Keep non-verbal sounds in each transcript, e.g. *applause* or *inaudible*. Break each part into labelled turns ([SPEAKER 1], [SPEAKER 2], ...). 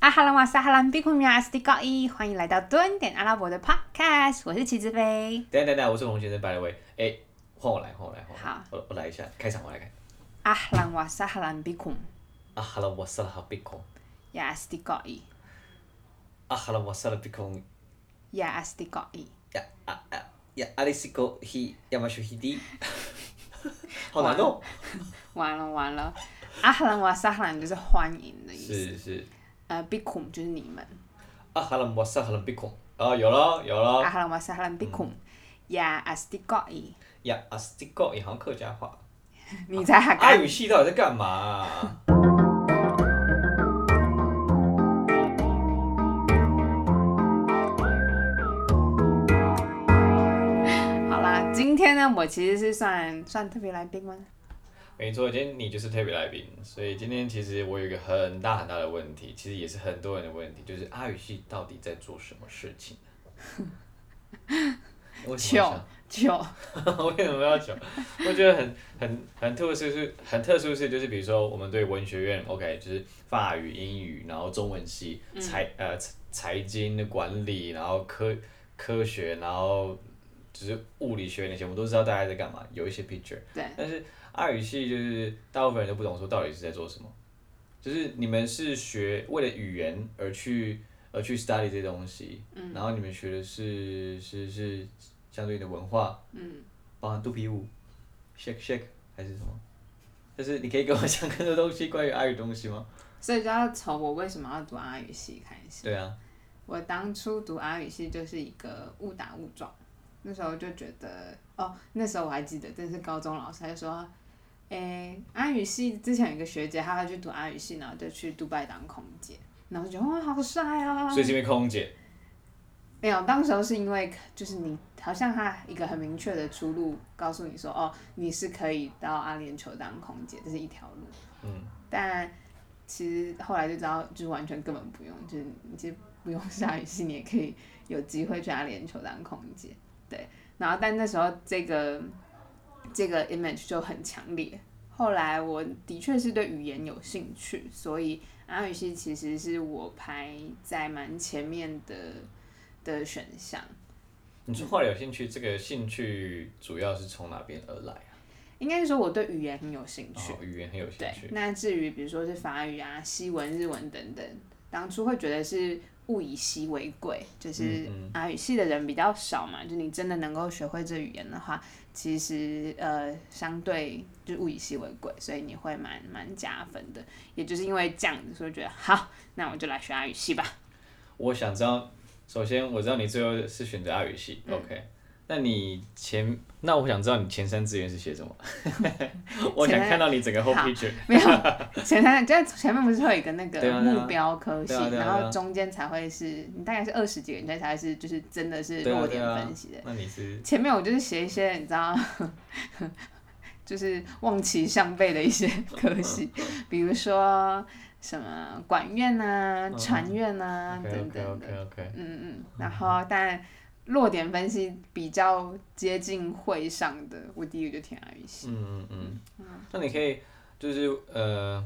[SPEAKER 1] 阿哈兰瓦萨哈兰比库米亚斯蒂高一，欢迎来到蹲点阿拉伯的 Podcast，我是齐志飞。
[SPEAKER 2] 等一下等一下，我是洪先生，白了喂，哎，换我来，换我来，换我来
[SPEAKER 1] 好，
[SPEAKER 2] 我我来一下，开场我来开。
[SPEAKER 1] 阿哈兰瓦萨哈兰比库米
[SPEAKER 2] 啊哈拉瓦萨拉哈比孔，
[SPEAKER 1] 亚斯蒂高一，
[SPEAKER 2] 啊哈拉瓦萨拉比孔，
[SPEAKER 1] 亚斯蒂高一，
[SPEAKER 2] 呀啊啊呀阿里西狗希亚马修希迪， *laughs* 好难哦。
[SPEAKER 1] 完了完了，阿哈兰瓦萨哈兰就是欢迎的意思，
[SPEAKER 2] 是是，
[SPEAKER 1] 呃，比库米就是你们，
[SPEAKER 2] 啊哈拉瓦萨哈拉比孔，啊有了有
[SPEAKER 1] 阿
[SPEAKER 2] 了，
[SPEAKER 1] 哈兰瓦萨哈兰比
[SPEAKER 2] 嗯
[SPEAKER 1] 库米亚斯蒂
[SPEAKER 2] 啊哎
[SPEAKER 1] 高一，
[SPEAKER 2] 呀阿斯蒂狗也好像客家话，
[SPEAKER 1] 你才还
[SPEAKER 2] 阿
[SPEAKER 1] 敢？
[SPEAKER 2] 语系到底在干嘛啊？
[SPEAKER 1] 好啦，今天呢，我其实是算算特别来宾吗？
[SPEAKER 2] 没错，今天你就是特别来宾，所以今天其实我有一个很大很大的问题，其实也是很多人的问题，就是阿语系到底在做什么事情？为什
[SPEAKER 1] 糗
[SPEAKER 2] 么
[SPEAKER 1] 糗，
[SPEAKER 2] 要 *laughs* 为什么要求？我觉得很很很特殊是很特殊是就是比如说我们对文学院 OK 就是法语、英语，然后中文系财、呃财经管理，然后科科学，然后就是物理学那些，我们都知道大家在干嘛，有一些 picture。
[SPEAKER 1] 对，
[SPEAKER 2] 但是阿语系就是大部分人都不懂说到底是在做什么，就是你们是学为了语言而去而去 study 这些东西，
[SPEAKER 1] 嗯
[SPEAKER 2] 然后你们学的是是是相对应的文化，
[SPEAKER 1] 嗯，
[SPEAKER 2] 包含肚皮舞，shake shake 还是什么？就是你可以跟我讲更多东西关于阿语
[SPEAKER 1] *laughs*
[SPEAKER 2] 东西吗？
[SPEAKER 1] 所以就要从我为什么要读阿语系开始。
[SPEAKER 2] 对啊，
[SPEAKER 1] 我当初读阿语系就是一个误打误撞，那时候就觉得哦，那时候我还记得，真是高中老师他就说，诶、阿语系之前有一个学姐，她要去读阿语系，然后就去杜拜当空姐，然后就觉得哇、好帅啊！
[SPEAKER 2] 所以是因为空姐
[SPEAKER 1] 没有，当时候是因为就是你好像他一个很明确的出路，告诉你说哦，你是可以到阿联酋当空姐，这是一条路。
[SPEAKER 2] 嗯，
[SPEAKER 1] 但其实后来就知道，就是完全根本不用，就是你其实不用下雨系，你也可以有机会去阿联酋当空姐。对，然后但那时候这个这个 image 就很强烈。后来我的确是对语言有兴趣，所以阿语系其实是我排在蛮前面的的选项。
[SPEAKER 2] 你说后来有兴趣，这个兴趣主要是从哪边而来啊？
[SPEAKER 1] 应该是说我对语言很有兴趣。
[SPEAKER 2] 哦，语言很有兴
[SPEAKER 1] 对
[SPEAKER 2] 趣，，
[SPEAKER 1] 那至于比如说是法语啊、西文、日文等等，当初会觉得是物以稀为贵，就是
[SPEAKER 2] 嗯
[SPEAKER 1] 阿语系的人比较少嘛，就你真的能够学会这语言的话，其实呃相对就物以稀为贵，所以你会蛮蛮加分的。也就是因为这样子，所以觉得好，那我就来学阿语系吧。
[SPEAKER 2] 我想知道，首先我知道你最后是选择阿语
[SPEAKER 1] 嗯
[SPEAKER 2] 系、o k 那你前，那我想知道你前三志愿是写什么？ *laughs* 我想看到你整个 whole
[SPEAKER 1] 好
[SPEAKER 2] picture。
[SPEAKER 1] 没有， *laughs* 前三就前面不是会有一个那
[SPEAKER 2] 对
[SPEAKER 1] 个
[SPEAKER 2] 啊对啊
[SPEAKER 1] 目标科系，
[SPEAKER 2] 对啊对啊
[SPEAKER 1] 然
[SPEAKER 2] 对
[SPEAKER 1] 后
[SPEAKER 2] 啊
[SPEAKER 1] 中间才会是你大概是二十几个，你才才是就是真的是
[SPEAKER 2] 对啊
[SPEAKER 1] 落
[SPEAKER 2] 对
[SPEAKER 1] 点
[SPEAKER 2] 啊
[SPEAKER 1] 分析的。
[SPEAKER 2] 那你是
[SPEAKER 1] 前面我就是写一些你知道， *laughs* 就是望其项背的一些科
[SPEAKER 2] *laughs*
[SPEAKER 1] 系，
[SPEAKER 2] 嗯
[SPEAKER 1] 比如说什么管院啊、
[SPEAKER 2] 嗯
[SPEAKER 1] 船院啊
[SPEAKER 2] OK
[SPEAKER 1] 等
[SPEAKER 2] OK
[SPEAKER 1] 等的，
[SPEAKER 2] OK OK，
[SPEAKER 1] 嗯嗯，然后但落点分析比较接近会上的，我第一个就填阿语系。
[SPEAKER 2] 嗯嗯嗯。那你可以就是呃，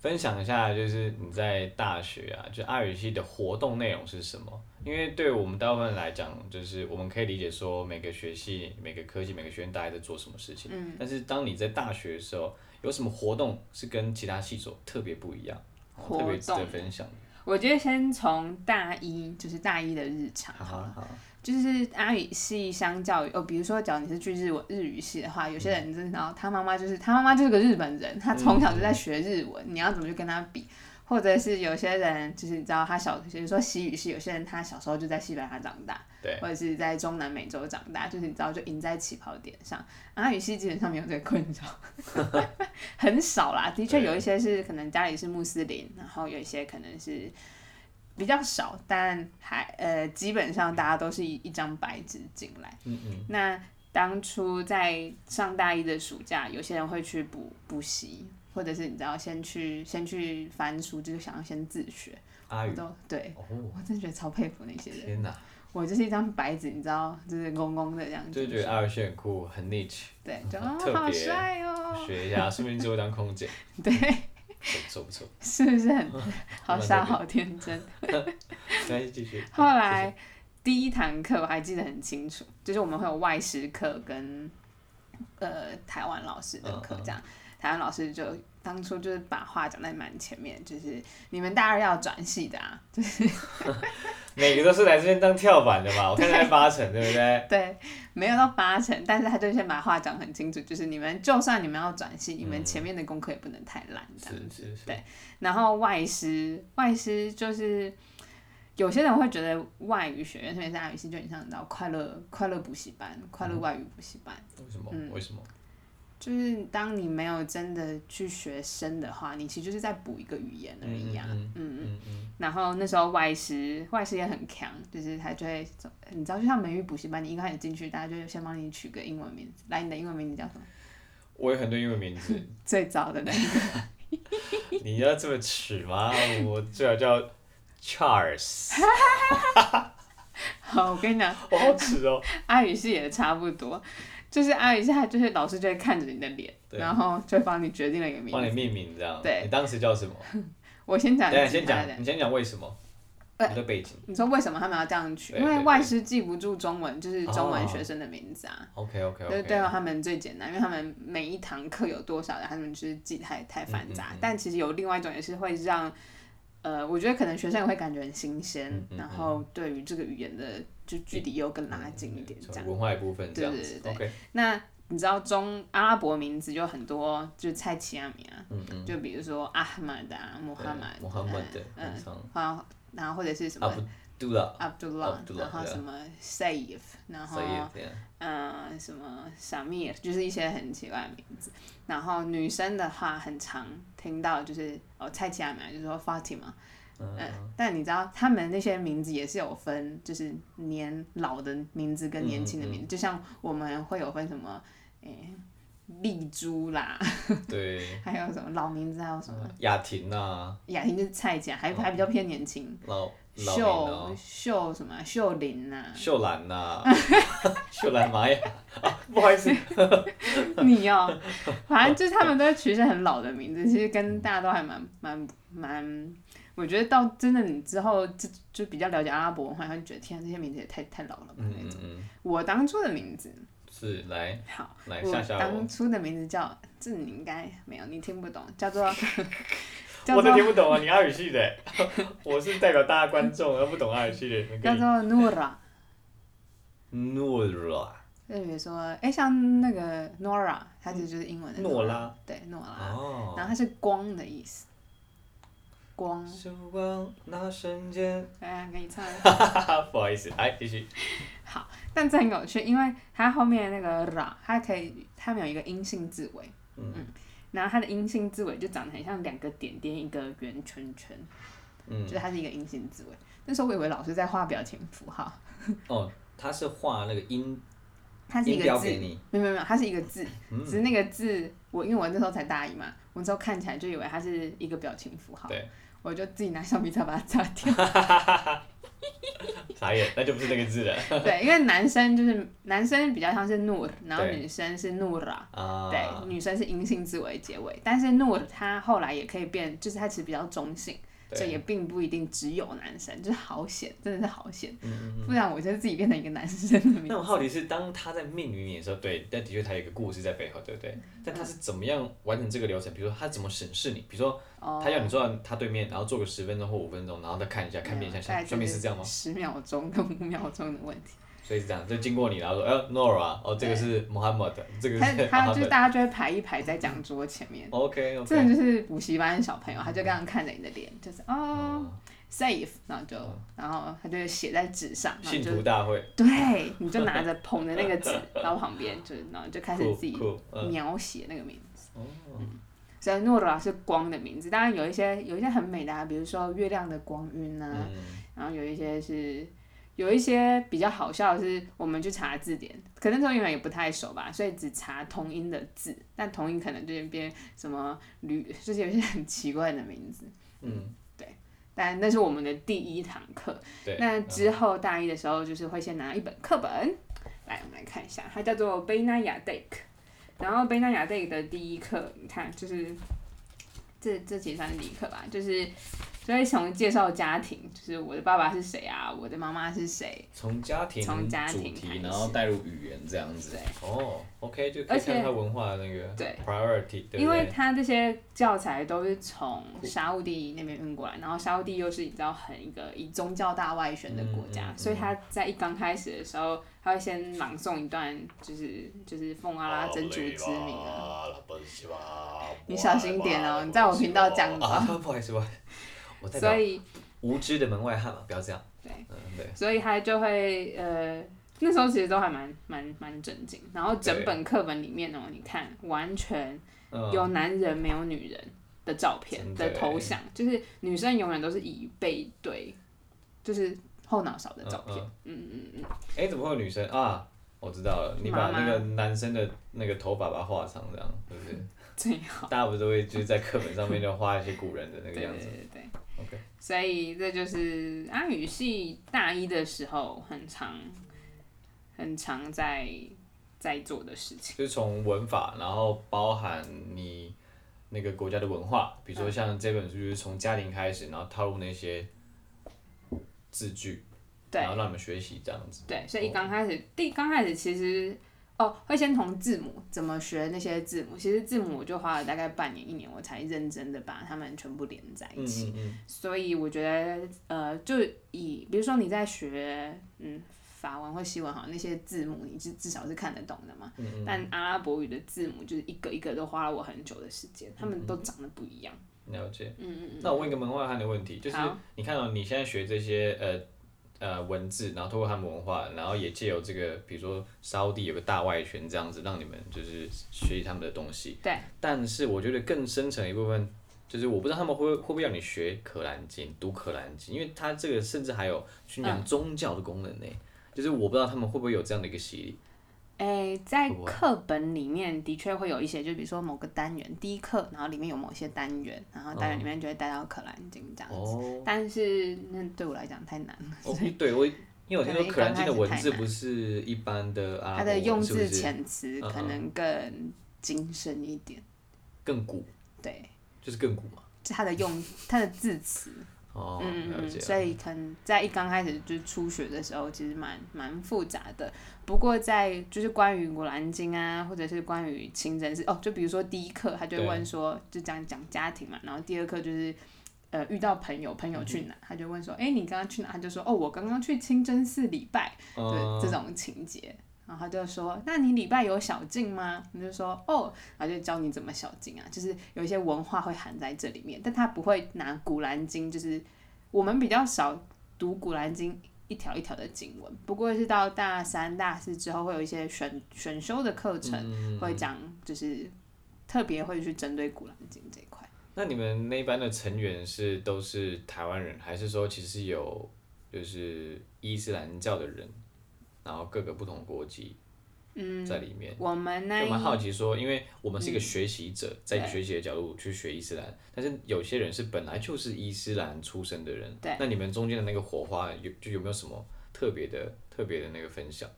[SPEAKER 2] 分享一下就是你在大学啊，就阿语系的活动内容是什么？因为对我们大部分人来讲，就是我们可以理解说每个学系、每个科系、每个学院大概在做什么事情。
[SPEAKER 1] 嗯，
[SPEAKER 2] 但是当你在大学的时候，有什么活动是跟其他系所特别不一样，哦
[SPEAKER 1] 活动
[SPEAKER 2] 特别值得分享？
[SPEAKER 1] 我觉得先从大一，就是大一的日常
[SPEAKER 2] 好
[SPEAKER 1] 好了
[SPEAKER 2] 好好，
[SPEAKER 1] 就是阿语系相较于哦，比如说，假如你是去日文日语系的话，有些人真的，然后他妈妈就是他妈妈就是个日本人，他从小就在学日文，
[SPEAKER 2] 嗯
[SPEAKER 1] 你要怎么去跟他比？或者是有些人就是你知道他小，比如说西语系，有些人他小时候就在西班牙长大，
[SPEAKER 2] 对，
[SPEAKER 1] 或者是在中南美洲长大，就是你知道就赢在起跑点上。阿语系基本上没有这个困扰， *laughs* 很少啦。的确
[SPEAKER 2] 对
[SPEAKER 1] 有一些是可能家里是穆斯林，然后有一些可能是比较少，但还呃基本上大家都是一一张白纸进来。
[SPEAKER 2] 嗯嗯，
[SPEAKER 1] 那当初在上大一的暑假，有些人会去补补习，或者是你知道先去先去翻书，就是想要先自学。
[SPEAKER 2] 阿
[SPEAKER 1] 我
[SPEAKER 2] 语，
[SPEAKER 1] 都对
[SPEAKER 2] 哦，
[SPEAKER 1] 我真的觉得超佩服那些人。
[SPEAKER 2] 天哪，
[SPEAKER 1] 我就是一张白纸，你知道，就是公公的这样
[SPEAKER 2] 就
[SPEAKER 1] 子
[SPEAKER 2] 是。觉得阿语系很酷，很 niche，
[SPEAKER 1] 对，就哦，
[SPEAKER 2] 特别
[SPEAKER 1] 好帅哦！ *laughs*
[SPEAKER 2] 学一下，顺便之后当空姐，
[SPEAKER 1] 对，
[SPEAKER 2] 不错不错，
[SPEAKER 1] 是不
[SPEAKER 2] *laughs*
[SPEAKER 1] 是很好
[SPEAKER 2] 蛮
[SPEAKER 1] 傻
[SPEAKER 2] 特别
[SPEAKER 1] 好天真？
[SPEAKER 2] *laughs* 来继续。
[SPEAKER 1] 后来第一堂课我还记得很清楚，就是我们会有外师课跟呃台湾老师的课
[SPEAKER 2] 嗯嗯
[SPEAKER 1] 这样。台湾老师就当初就是把话讲在蛮前面，就是你们大二要转系的啊，
[SPEAKER 2] *laughs* 每个都是来这边当跳板的嘛，我看大概八成，对不
[SPEAKER 1] *laughs*
[SPEAKER 2] 对？
[SPEAKER 1] 对，没有到八成，但是他就先把话讲很清楚，就是你们就算你们要转系，你们前面的功课也不能太烂这样。
[SPEAKER 2] 是是是，
[SPEAKER 1] 对然后外师，外师就是有些人会觉得外语学院，特别是外语系，就很像你知道快乐快乐补习班、快
[SPEAKER 2] 嗯
[SPEAKER 1] 乐外语补习班。
[SPEAKER 2] 为什么？
[SPEAKER 1] 嗯
[SPEAKER 2] 为什么？
[SPEAKER 1] 就是当你没有真的去学深的话，你其实就是在补一个语言而已啊。
[SPEAKER 2] 嗯
[SPEAKER 1] 嗯
[SPEAKER 2] 嗯嗯，
[SPEAKER 1] 然后那时候外师外师也很强，就是他就会走，你知道，就像美语补习班，你一开始进去，大家就先帮你取个英文名字，来，你的英文名字叫什么？
[SPEAKER 2] 我有很多英文名字， *laughs*
[SPEAKER 1] 最早的那个 *laughs*
[SPEAKER 2] 你要这么耻吗？我最好叫 Charles， *laughs*
[SPEAKER 1] 好，我跟你讲，
[SPEAKER 2] 我好耻哦。
[SPEAKER 1] 阿语系也差不多，就是阿语系，他就是老师就会看着你的脸，
[SPEAKER 2] 对
[SPEAKER 1] 然后就帮你决定了一个 *laughs* 名
[SPEAKER 2] 帮你
[SPEAKER 1] 字。
[SPEAKER 2] 命名这样。
[SPEAKER 1] 对
[SPEAKER 2] 你当时叫什么？
[SPEAKER 1] 我先讲
[SPEAKER 2] 等一下
[SPEAKER 1] 其
[SPEAKER 2] 先
[SPEAKER 1] 他
[SPEAKER 2] 讲
[SPEAKER 1] 的，，
[SPEAKER 2] 你先讲为什么？
[SPEAKER 1] 呃
[SPEAKER 2] 你的背景。
[SPEAKER 1] 你说为什么他们要这样取？
[SPEAKER 2] 对
[SPEAKER 1] 因为
[SPEAKER 2] 对
[SPEAKER 1] 外
[SPEAKER 2] 对
[SPEAKER 1] 师记不住中文，就是中文
[SPEAKER 2] 哦
[SPEAKER 1] 学生的名字啊。
[SPEAKER 2] OK OK
[SPEAKER 1] 对
[SPEAKER 2] 哦 OK。
[SPEAKER 1] 对啊，他们最简单，因为他们每一堂课有多少人，他们就是记太太繁杂。
[SPEAKER 2] 嗯嗯嗯
[SPEAKER 1] 但其实有另外一种也是会让，呃，我觉得可能学生也会感觉很新鲜，
[SPEAKER 2] 嗯嗯嗯
[SPEAKER 1] 然后对于这个语言的就距离又更拉近一点这样。
[SPEAKER 2] 文化一部分这样子。
[SPEAKER 1] 对
[SPEAKER 2] OK。
[SPEAKER 1] 那你知道中阿拉伯名字就很多，就是猜其他名啊，
[SPEAKER 2] 嗯嗯。
[SPEAKER 1] 就比如说阿哈马德啊、穆哈马德、
[SPEAKER 2] 穆罕默德，啊
[SPEAKER 1] 嗯，
[SPEAKER 2] 嗯，
[SPEAKER 1] 然后然后或者是什
[SPEAKER 2] 阿
[SPEAKER 1] 么
[SPEAKER 2] 布杜拉，
[SPEAKER 1] Abdullah，
[SPEAKER 2] Abdullah，
[SPEAKER 1] 然后
[SPEAKER 2] 对啊
[SPEAKER 1] 什么 Saif，然后
[SPEAKER 2] 所以这样。
[SPEAKER 1] 嗯，什么 Samir，就是一些很奇怪的名字。然后女生的话，很常听到就是哦，蔡奇亚嘛，就是说 Fatima。
[SPEAKER 2] 嗯
[SPEAKER 1] 嗯，但你知道他们那些名字也是有分，就是年老的名字跟年轻的
[SPEAKER 2] 嗯
[SPEAKER 1] 名字，就像我们会有分什么，诶、丽珠啦， *laughs*
[SPEAKER 2] 对。
[SPEAKER 1] 还有什么老名字，还有什么
[SPEAKER 2] 雅婷啊，
[SPEAKER 1] 雅婷就是蔡奇亚，还还比较偏年轻。
[SPEAKER 2] 老哦老林
[SPEAKER 1] 秀
[SPEAKER 2] 啊，
[SPEAKER 1] 秀什么啊秀玲呐、
[SPEAKER 2] 秀
[SPEAKER 1] *laughs*
[SPEAKER 2] 兰呐，秀兰玛雅，啊不好意思， *laughs*
[SPEAKER 1] 你要，反正就是他们都会取一些很老的名字，其实跟大家都还蛮蛮蛮，我觉得到真的你之后就就比较了解阿拉伯文化，你会觉得天、啊，这些名字也太太老了吧
[SPEAKER 2] 嗯
[SPEAKER 1] 那
[SPEAKER 2] 嗯
[SPEAKER 1] 种。
[SPEAKER 2] 嗯，
[SPEAKER 1] 我当初的名字，
[SPEAKER 2] 是来
[SPEAKER 1] 好，
[SPEAKER 2] 来
[SPEAKER 1] 我
[SPEAKER 2] 吓吓我
[SPEAKER 1] 当，初的名字叫，这你应该没有，你听不懂，叫
[SPEAKER 2] *laughs*
[SPEAKER 1] 做叫
[SPEAKER 2] 我都
[SPEAKER 1] 做
[SPEAKER 2] 听不懂啊，你阿语系的， *laughs* 我是代表大家观众，而不懂阿语系的
[SPEAKER 1] *laughs* 叫
[SPEAKER 2] 那个
[SPEAKER 1] 做 Nora。
[SPEAKER 2] 诺拉，
[SPEAKER 1] 就比如说，哎、像那个 Nora，它其实就是英文的
[SPEAKER 2] 诺
[SPEAKER 1] Nora，
[SPEAKER 2] 拉
[SPEAKER 1] 对，诺拉，然
[SPEAKER 2] 哦，
[SPEAKER 1] 后它是光的意思，光，
[SPEAKER 2] 时光那瞬间，
[SPEAKER 1] 哎，给你唱。
[SPEAKER 2] 哈哈，不好意思，来继续，
[SPEAKER 1] 好，但这很有趣，因为它后面那个 ra，它可以，它们有一个阴性字尾，
[SPEAKER 2] 嗯
[SPEAKER 1] 然后它的阴性字尾就长得很像两个点点一个圆圈圈，就
[SPEAKER 2] 嗯，
[SPEAKER 1] 是它是一个阴性字尾。那时候我以为老师在画表情符号，
[SPEAKER 2] 哦，他是画那个音
[SPEAKER 1] 它是一
[SPEAKER 2] 音
[SPEAKER 1] 个
[SPEAKER 2] 标
[SPEAKER 1] 字，
[SPEAKER 2] 给你，
[SPEAKER 1] 没有没有没有，它是一个字，
[SPEAKER 2] 嗯
[SPEAKER 1] 只是那个字我因为我那时候才大一嘛，我那时候看起来就以为它是一个表情符号，
[SPEAKER 2] 对，
[SPEAKER 1] 我就自己拿橡皮擦把它擦
[SPEAKER 2] *laughs*
[SPEAKER 1] 掉。
[SPEAKER 2] 傻眼，那就不是那个字了
[SPEAKER 1] 对，因为男生就是男生比较像是 nur，然后
[SPEAKER 2] 对
[SPEAKER 1] 女生是 nura。
[SPEAKER 2] 啊，
[SPEAKER 1] 对，女生是阴性字为结尾，但是诺它后来也可以变，就是它其实比较中性，所以也并不一定只有男生，就是好险，真的是好险，
[SPEAKER 2] 嗯嗯。
[SPEAKER 1] 不然我就自己变成一个男生的名
[SPEAKER 2] 那 *laughs*
[SPEAKER 1] 字。
[SPEAKER 2] 我好奇是，当他在命名你的时候，对，但的确他有一个故事在背后，对不
[SPEAKER 1] 嗯
[SPEAKER 2] 对？但他是怎么样完成这个流程？比如说他怎么审视你？比如说
[SPEAKER 1] 哦，
[SPEAKER 2] 他要你坐到他对面，然后做个十分钟或五分钟，然后再看一下，看遍一下，
[SPEAKER 1] 大概
[SPEAKER 2] 像
[SPEAKER 1] 就
[SPEAKER 2] 上面是这样吗？
[SPEAKER 1] 啊十秒钟跟五秒钟的问题，
[SPEAKER 2] 所以是这样，就经过你，然后说，呃，Nora，哦，这个是 Mohammed，这个 *laughs*
[SPEAKER 1] 他
[SPEAKER 2] 是
[SPEAKER 1] 他就是
[SPEAKER 2] Mohammed。
[SPEAKER 1] 大家就会排一排在讲桌前面，
[SPEAKER 2] OK
[SPEAKER 1] 真
[SPEAKER 2] OK，
[SPEAKER 1] 的就是补习班的小朋友，他就这样看着你的脸，就是哦。safe，然后就，然后他就写在纸上，然后
[SPEAKER 2] 哦信
[SPEAKER 1] 就
[SPEAKER 2] 徒大会，
[SPEAKER 1] 对，你就拿着捧着那个纸到旁边，就然后就开始
[SPEAKER 2] 酷
[SPEAKER 1] 自己嗯
[SPEAKER 2] 酷，嗯，
[SPEAKER 1] 描写那个名字。
[SPEAKER 2] 哦，
[SPEAKER 1] 所以诺拉是光的名字，当然有一些有一些很美的、啊，比如说月亮的光晕啊，
[SPEAKER 2] 嗯，
[SPEAKER 1] 然后有一些是有一些比较好笑的是，我们去查字典，可能那时候英文也不太熟吧，所以只查同音的字，但同音可能就是变什么驴，就是有一些很奇怪的名字。
[SPEAKER 2] 嗯，
[SPEAKER 1] 但那是我们的第一堂课。
[SPEAKER 2] 对。
[SPEAKER 1] 那
[SPEAKER 2] 嗯
[SPEAKER 1] 之后大一的时候，就是会先拿一本课本来，我们来看一下，它叫做《贝纳雅 d e 然后《贝纳雅 d e 的第一课，你看就是这这其实算是理科吧，就是所以从介绍家庭，就是我的爸爸是谁啊，我的妈妈是谁，
[SPEAKER 2] 从家庭
[SPEAKER 1] 从家庭
[SPEAKER 2] 主
[SPEAKER 1] 开
[SPEAKER 2] 题，
[SPEAKER 1] 始
[SPEAKER 2] 然后带入语言这样子
[SPEAKER 1] 对。
[SPEAKER 2] 哦，OK，就可
[SPEAKER 1] 而
[SPEAKER 2] 以
[SPEAKER 1] 且
[SPEAKER 2] 看他文化的那个
[SPEAKER 1] 对
[SPEAKER 2] priority，对
[SPEAKER 1] 因
[SPEAKER 2] 不
[SPEAKER 1] 为
[SPEAKER 2] 对？
[SPEAKER 1] 他这些教材都是从沙乌地那边运过来，然后沙乌地又是你知道很一个以宗教大外宣的国家，
[SPEAKER 2] 嗯嗯嗯
[SPEAKER 1] 所以他在一刚开始的时候，他会先朗诵一段，就是就是奉阿拉真主之名啊，
[SPEAKER 2] 哦啊
[SPEAKER 1] 你小心点哦你在我频道讲吧
[SPEAKER 2] 啊，不好意思，不好意思，我代
[SPEAKER 1] 所
[SPEAKER 2] 表
[SPEAKER 1] 以
[SPEAKER 2] 无知的门外汉嘛，不要这样。
[SPEAKER 1] 对
[SPEAKER 2] 嗯，对，
[SPEAKER 1] 所以他就会呃，那时候其实都还蛮蛮蛮震惊，然后整
[SPEAKER 2] 对
[SPEAKER 1] 本课本里面哦，你看完全
[SPEAKER 2] 嗯，
[SPEAKER 1] 有男人没有女人的照片
[SPEAKER 2] 真的
[SPEAKER 1] 的
[SPEAKER 2] 欸
[SPEAKER 1] 头像，就是女生永远都是以背对，就是后脑勺的照片。嗯嗯嗯，
[SPEAKER 2] 哎，怎么会有女生啊？我知道了，你
[SPEAKER 1] 妈
[SPEAKER 2] 把
[SPEAKER 1] 妈
[SPEAKER 2] 那个男生的那个头发把它画长，这样对不对？
[SPEAKER 1] 最 *laughs* 好。
[SPEAKER 2] 大家不是都会就是在课本上面就画一些古人的那
[SPEAKER 1] 对
[SPEAKER 2] 个
[SPEAKER 1] 对
[SPEAKER 2] 样
[SPEAKER 1] 对
[SPEAKER 2] 子。
[SPEAKER 1] 对对。
[SPEAKER 2] OK，
[SPEAKER 1] 所以这就是阿语系大一的时候很常很常在在做的事情。
[SPEAKER 2] 就是从文法，然后包含你那个国家的文化，比
[SPEAKER 1] 嗯
[SPEAKER 2] 如说像这本书就是从家庭开始，然后套入那些字句，
[SPEAKER 1] 对
[SPEAKER 2] 然后让你们学习这样子。
[SPEAKER 1] 对，所以刚开始第刚开始其实哦，会先从字母怎么学那些字母。其实字母我就花了大概半年一年，我才认真的把它们全部连在一
[SPEAKER 2] 嗯
[SPEAKER 1] 起。
[SPEAKER 2] 嗯嗯，
[SPEAKER 1] 所以我觉得，呃，就以比如说你在学嗯法文或西文好了那些字母，你至至少是看得懂的
[SPEAKER 2] 嗯
[SPEAKER 1] 嘛。但阿拉伯语的字母就是一个一个都花了我很久的时间，他们都长得不一样。
[SPEAKER 2] 了解。
[SPEAKER 1] 嗯嗯嗯，
[SPEAKER 2] 那我问一个门外汉的问题，就是
[SPEAKER 1] 好
[SPEAKER 2] 你看哦到、你现在学这些呃呃文字，然后透过他们文化，然后也借由这个，比如说沙地有个大外圈这样子，让你们就是学习他们的东西。
[SPEAKER 1] 对。
[SPEAKER 2] 但是我觉得更深层的一部分，就是我不知道他们会会不会要你学《可兰经》，读《可兰经》，因为它这个甚至还有宣扬宗教的功能呢、就是我不知道他们会不会有这样的一个洗礼。
[SPEAKER 1] 诶、在
[SPEAKER 2] 会不会
[SPEAKER 1] 课本里面的确会有一些，就比如说某个单元第一课，然后里面有某些单元，然后单元里面就会带到可兰经这样子。 *laughs*
[SPEAKER 2] 哦。
[SPEAKER 1] 但是那对我来讲太难了，
[SPEAKER 2] 哦，对，我因为我听说《可兰经》的文字
[SPEAKER 1] 可能一刚开始太难
[SPEAKER 2] 不是一般的
[SPEAKER 1] 它
[SPEAKER 2] 阿拉伯
[SPEAKER 1] 的
[SPEAKER 2] 文，
[SPEAKER 1] 用
[SPEAKER 2] 是不
[SPEAKER 1] 字
[SPEAKER 2] 是嗯
[SPEAKER 1] 遣词可能更精深一点。
[SPEAKER 2] 更古，
[SPEAKER 1] 对，
[SPEAKER 2] 就是更古嘛。
[SPEAKER 1] 就它的用它的字词，
[SPEAKER 2] 哦，
[SPEAKER 1] 嗯
[SPEAKER 2] 了
[SPEAKER 1] 嗯，
[SPEAKER 2] 解。
[SPEAKER 1] 所以可能在一刚开始就初学的时候，其实蛮蛮复杂的。不过在就是关于《古兰经》啊，或者是关于清真寺哦，就比如说第一课他就会
[SPEAKER 2] 对
[SPEAKER 1] 问说，就讲讲家庭嘛，然后第二课就是。呃，遇到朋友，朋友去哪，他就问说：“哎、你刚刚去哪？”他就说：“哦，我刚刚去清真寺礼拜。”
[SPEAKER 2] 嗯
[SPEAKER 1] 对，这种情节，然后他就说：“那你礼拜有小静吗？”你就说：“哦。”然后就教你怎么小静啊，就是有一些文化会含在这里面，但他不会拿《古兰经》，就是我们比较少读《古兰经》一条一条的经文，不过是到大三、大四之后会有一些选选修的课程，
[SPEAKER 2] 嗯
[SPEAKER 1] 会讲就是特别会去针对《古兰经》这一块。
[SPEAKER 2] 那你们那一班的成员是都是台湾人，还是说其实有就是伊斯兰教的人，然后各个不同国籍
[SPEAKER 1] 嗯，
[SPEAKER 2] 在里面？
[SPEAKER 1] 我们那
[SPEAKER 2] 就
[SPEAKER 1] 一
[SPEAKER 2] 蛮好奇说，因为我们是一个学习者，在
[SPEAKER 1] 对
[SPEAKER 2] 学习的角度去学伊斯兰，但是有些人是本来就是伊斯兰出身的人，
[SPEAKER 1] 对
[SPEAKER 2] 那你们中间的那个火花有就有没有什么特别的特别的那个分享？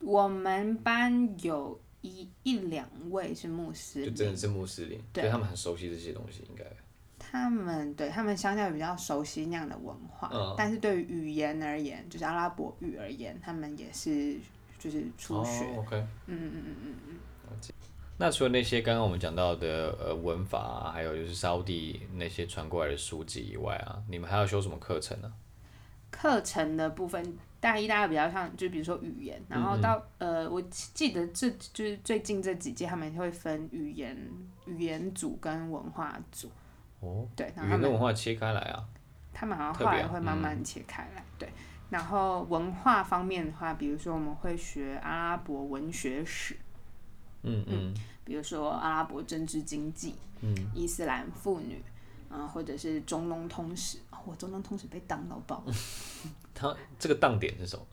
[SPEAKER 1] 我们班有一一两位是穆斯
[SPEAKER 2] 就
[SPEAKER 1] 林，
[SPEAKER 2] 真的是穆斯林，
[SPEAKER 1] 对
[SPEAKER 2] 所以他们很熟悉这些东西，应该
[SPEAKER 1] 他们对他们相较于比较熟悉那样的文化，
[SPEAKER 2] 嗯
[SPEAKER 1] 但是对于语言而言，就是阿拉伯语而言，他们也是就是初学。
[SPEAKER 2] 哦、OK，
[SPEAKER 1] 嗯嗯嗯嗯，
[SPEAKER 2] 那除了那些刚刚我们讲到的呃文法啊，还有就是沙地那些传过来的书籍以外啊，你们还要修什么课程呢、
[SPEAKER 1] 课程的部分，大一、大二比较像，就比如说语言，然后到
[SPEAKER 2] 嗯
[SPEAKER 1] 呃，我记得这就是最近这几届他们会分语言语言组跟文化组，
[SPEAKER 2] 哦，
[SPEAKER 1] 对，然后他
[SPEAKER 2] 语言
[SPEAKER 1] 们
[SPEAKER 2] 跟文化切开来啊，
[SPEAKER 1] 他们好像
[SPEAKER 2] 特
[SPEAKER 1] 后
[SPEAKER 2] 别
[SPEAKER 1] 来会慢慢切开来，对。然后文化方面的话，比如说我们会学阿拉伯文学史，
[SPEAKER 2] 嗯嗯
[SPEAKER 1] 比如说阿拉伯政治经济，
[SPEAKER 2] 嗯，
[SPEAKER 1] 伊斯兰妇女，啊、或者是中东通史。哦我中东通史被当到爆，
[SPEAKER 2] 它这个档点是什么？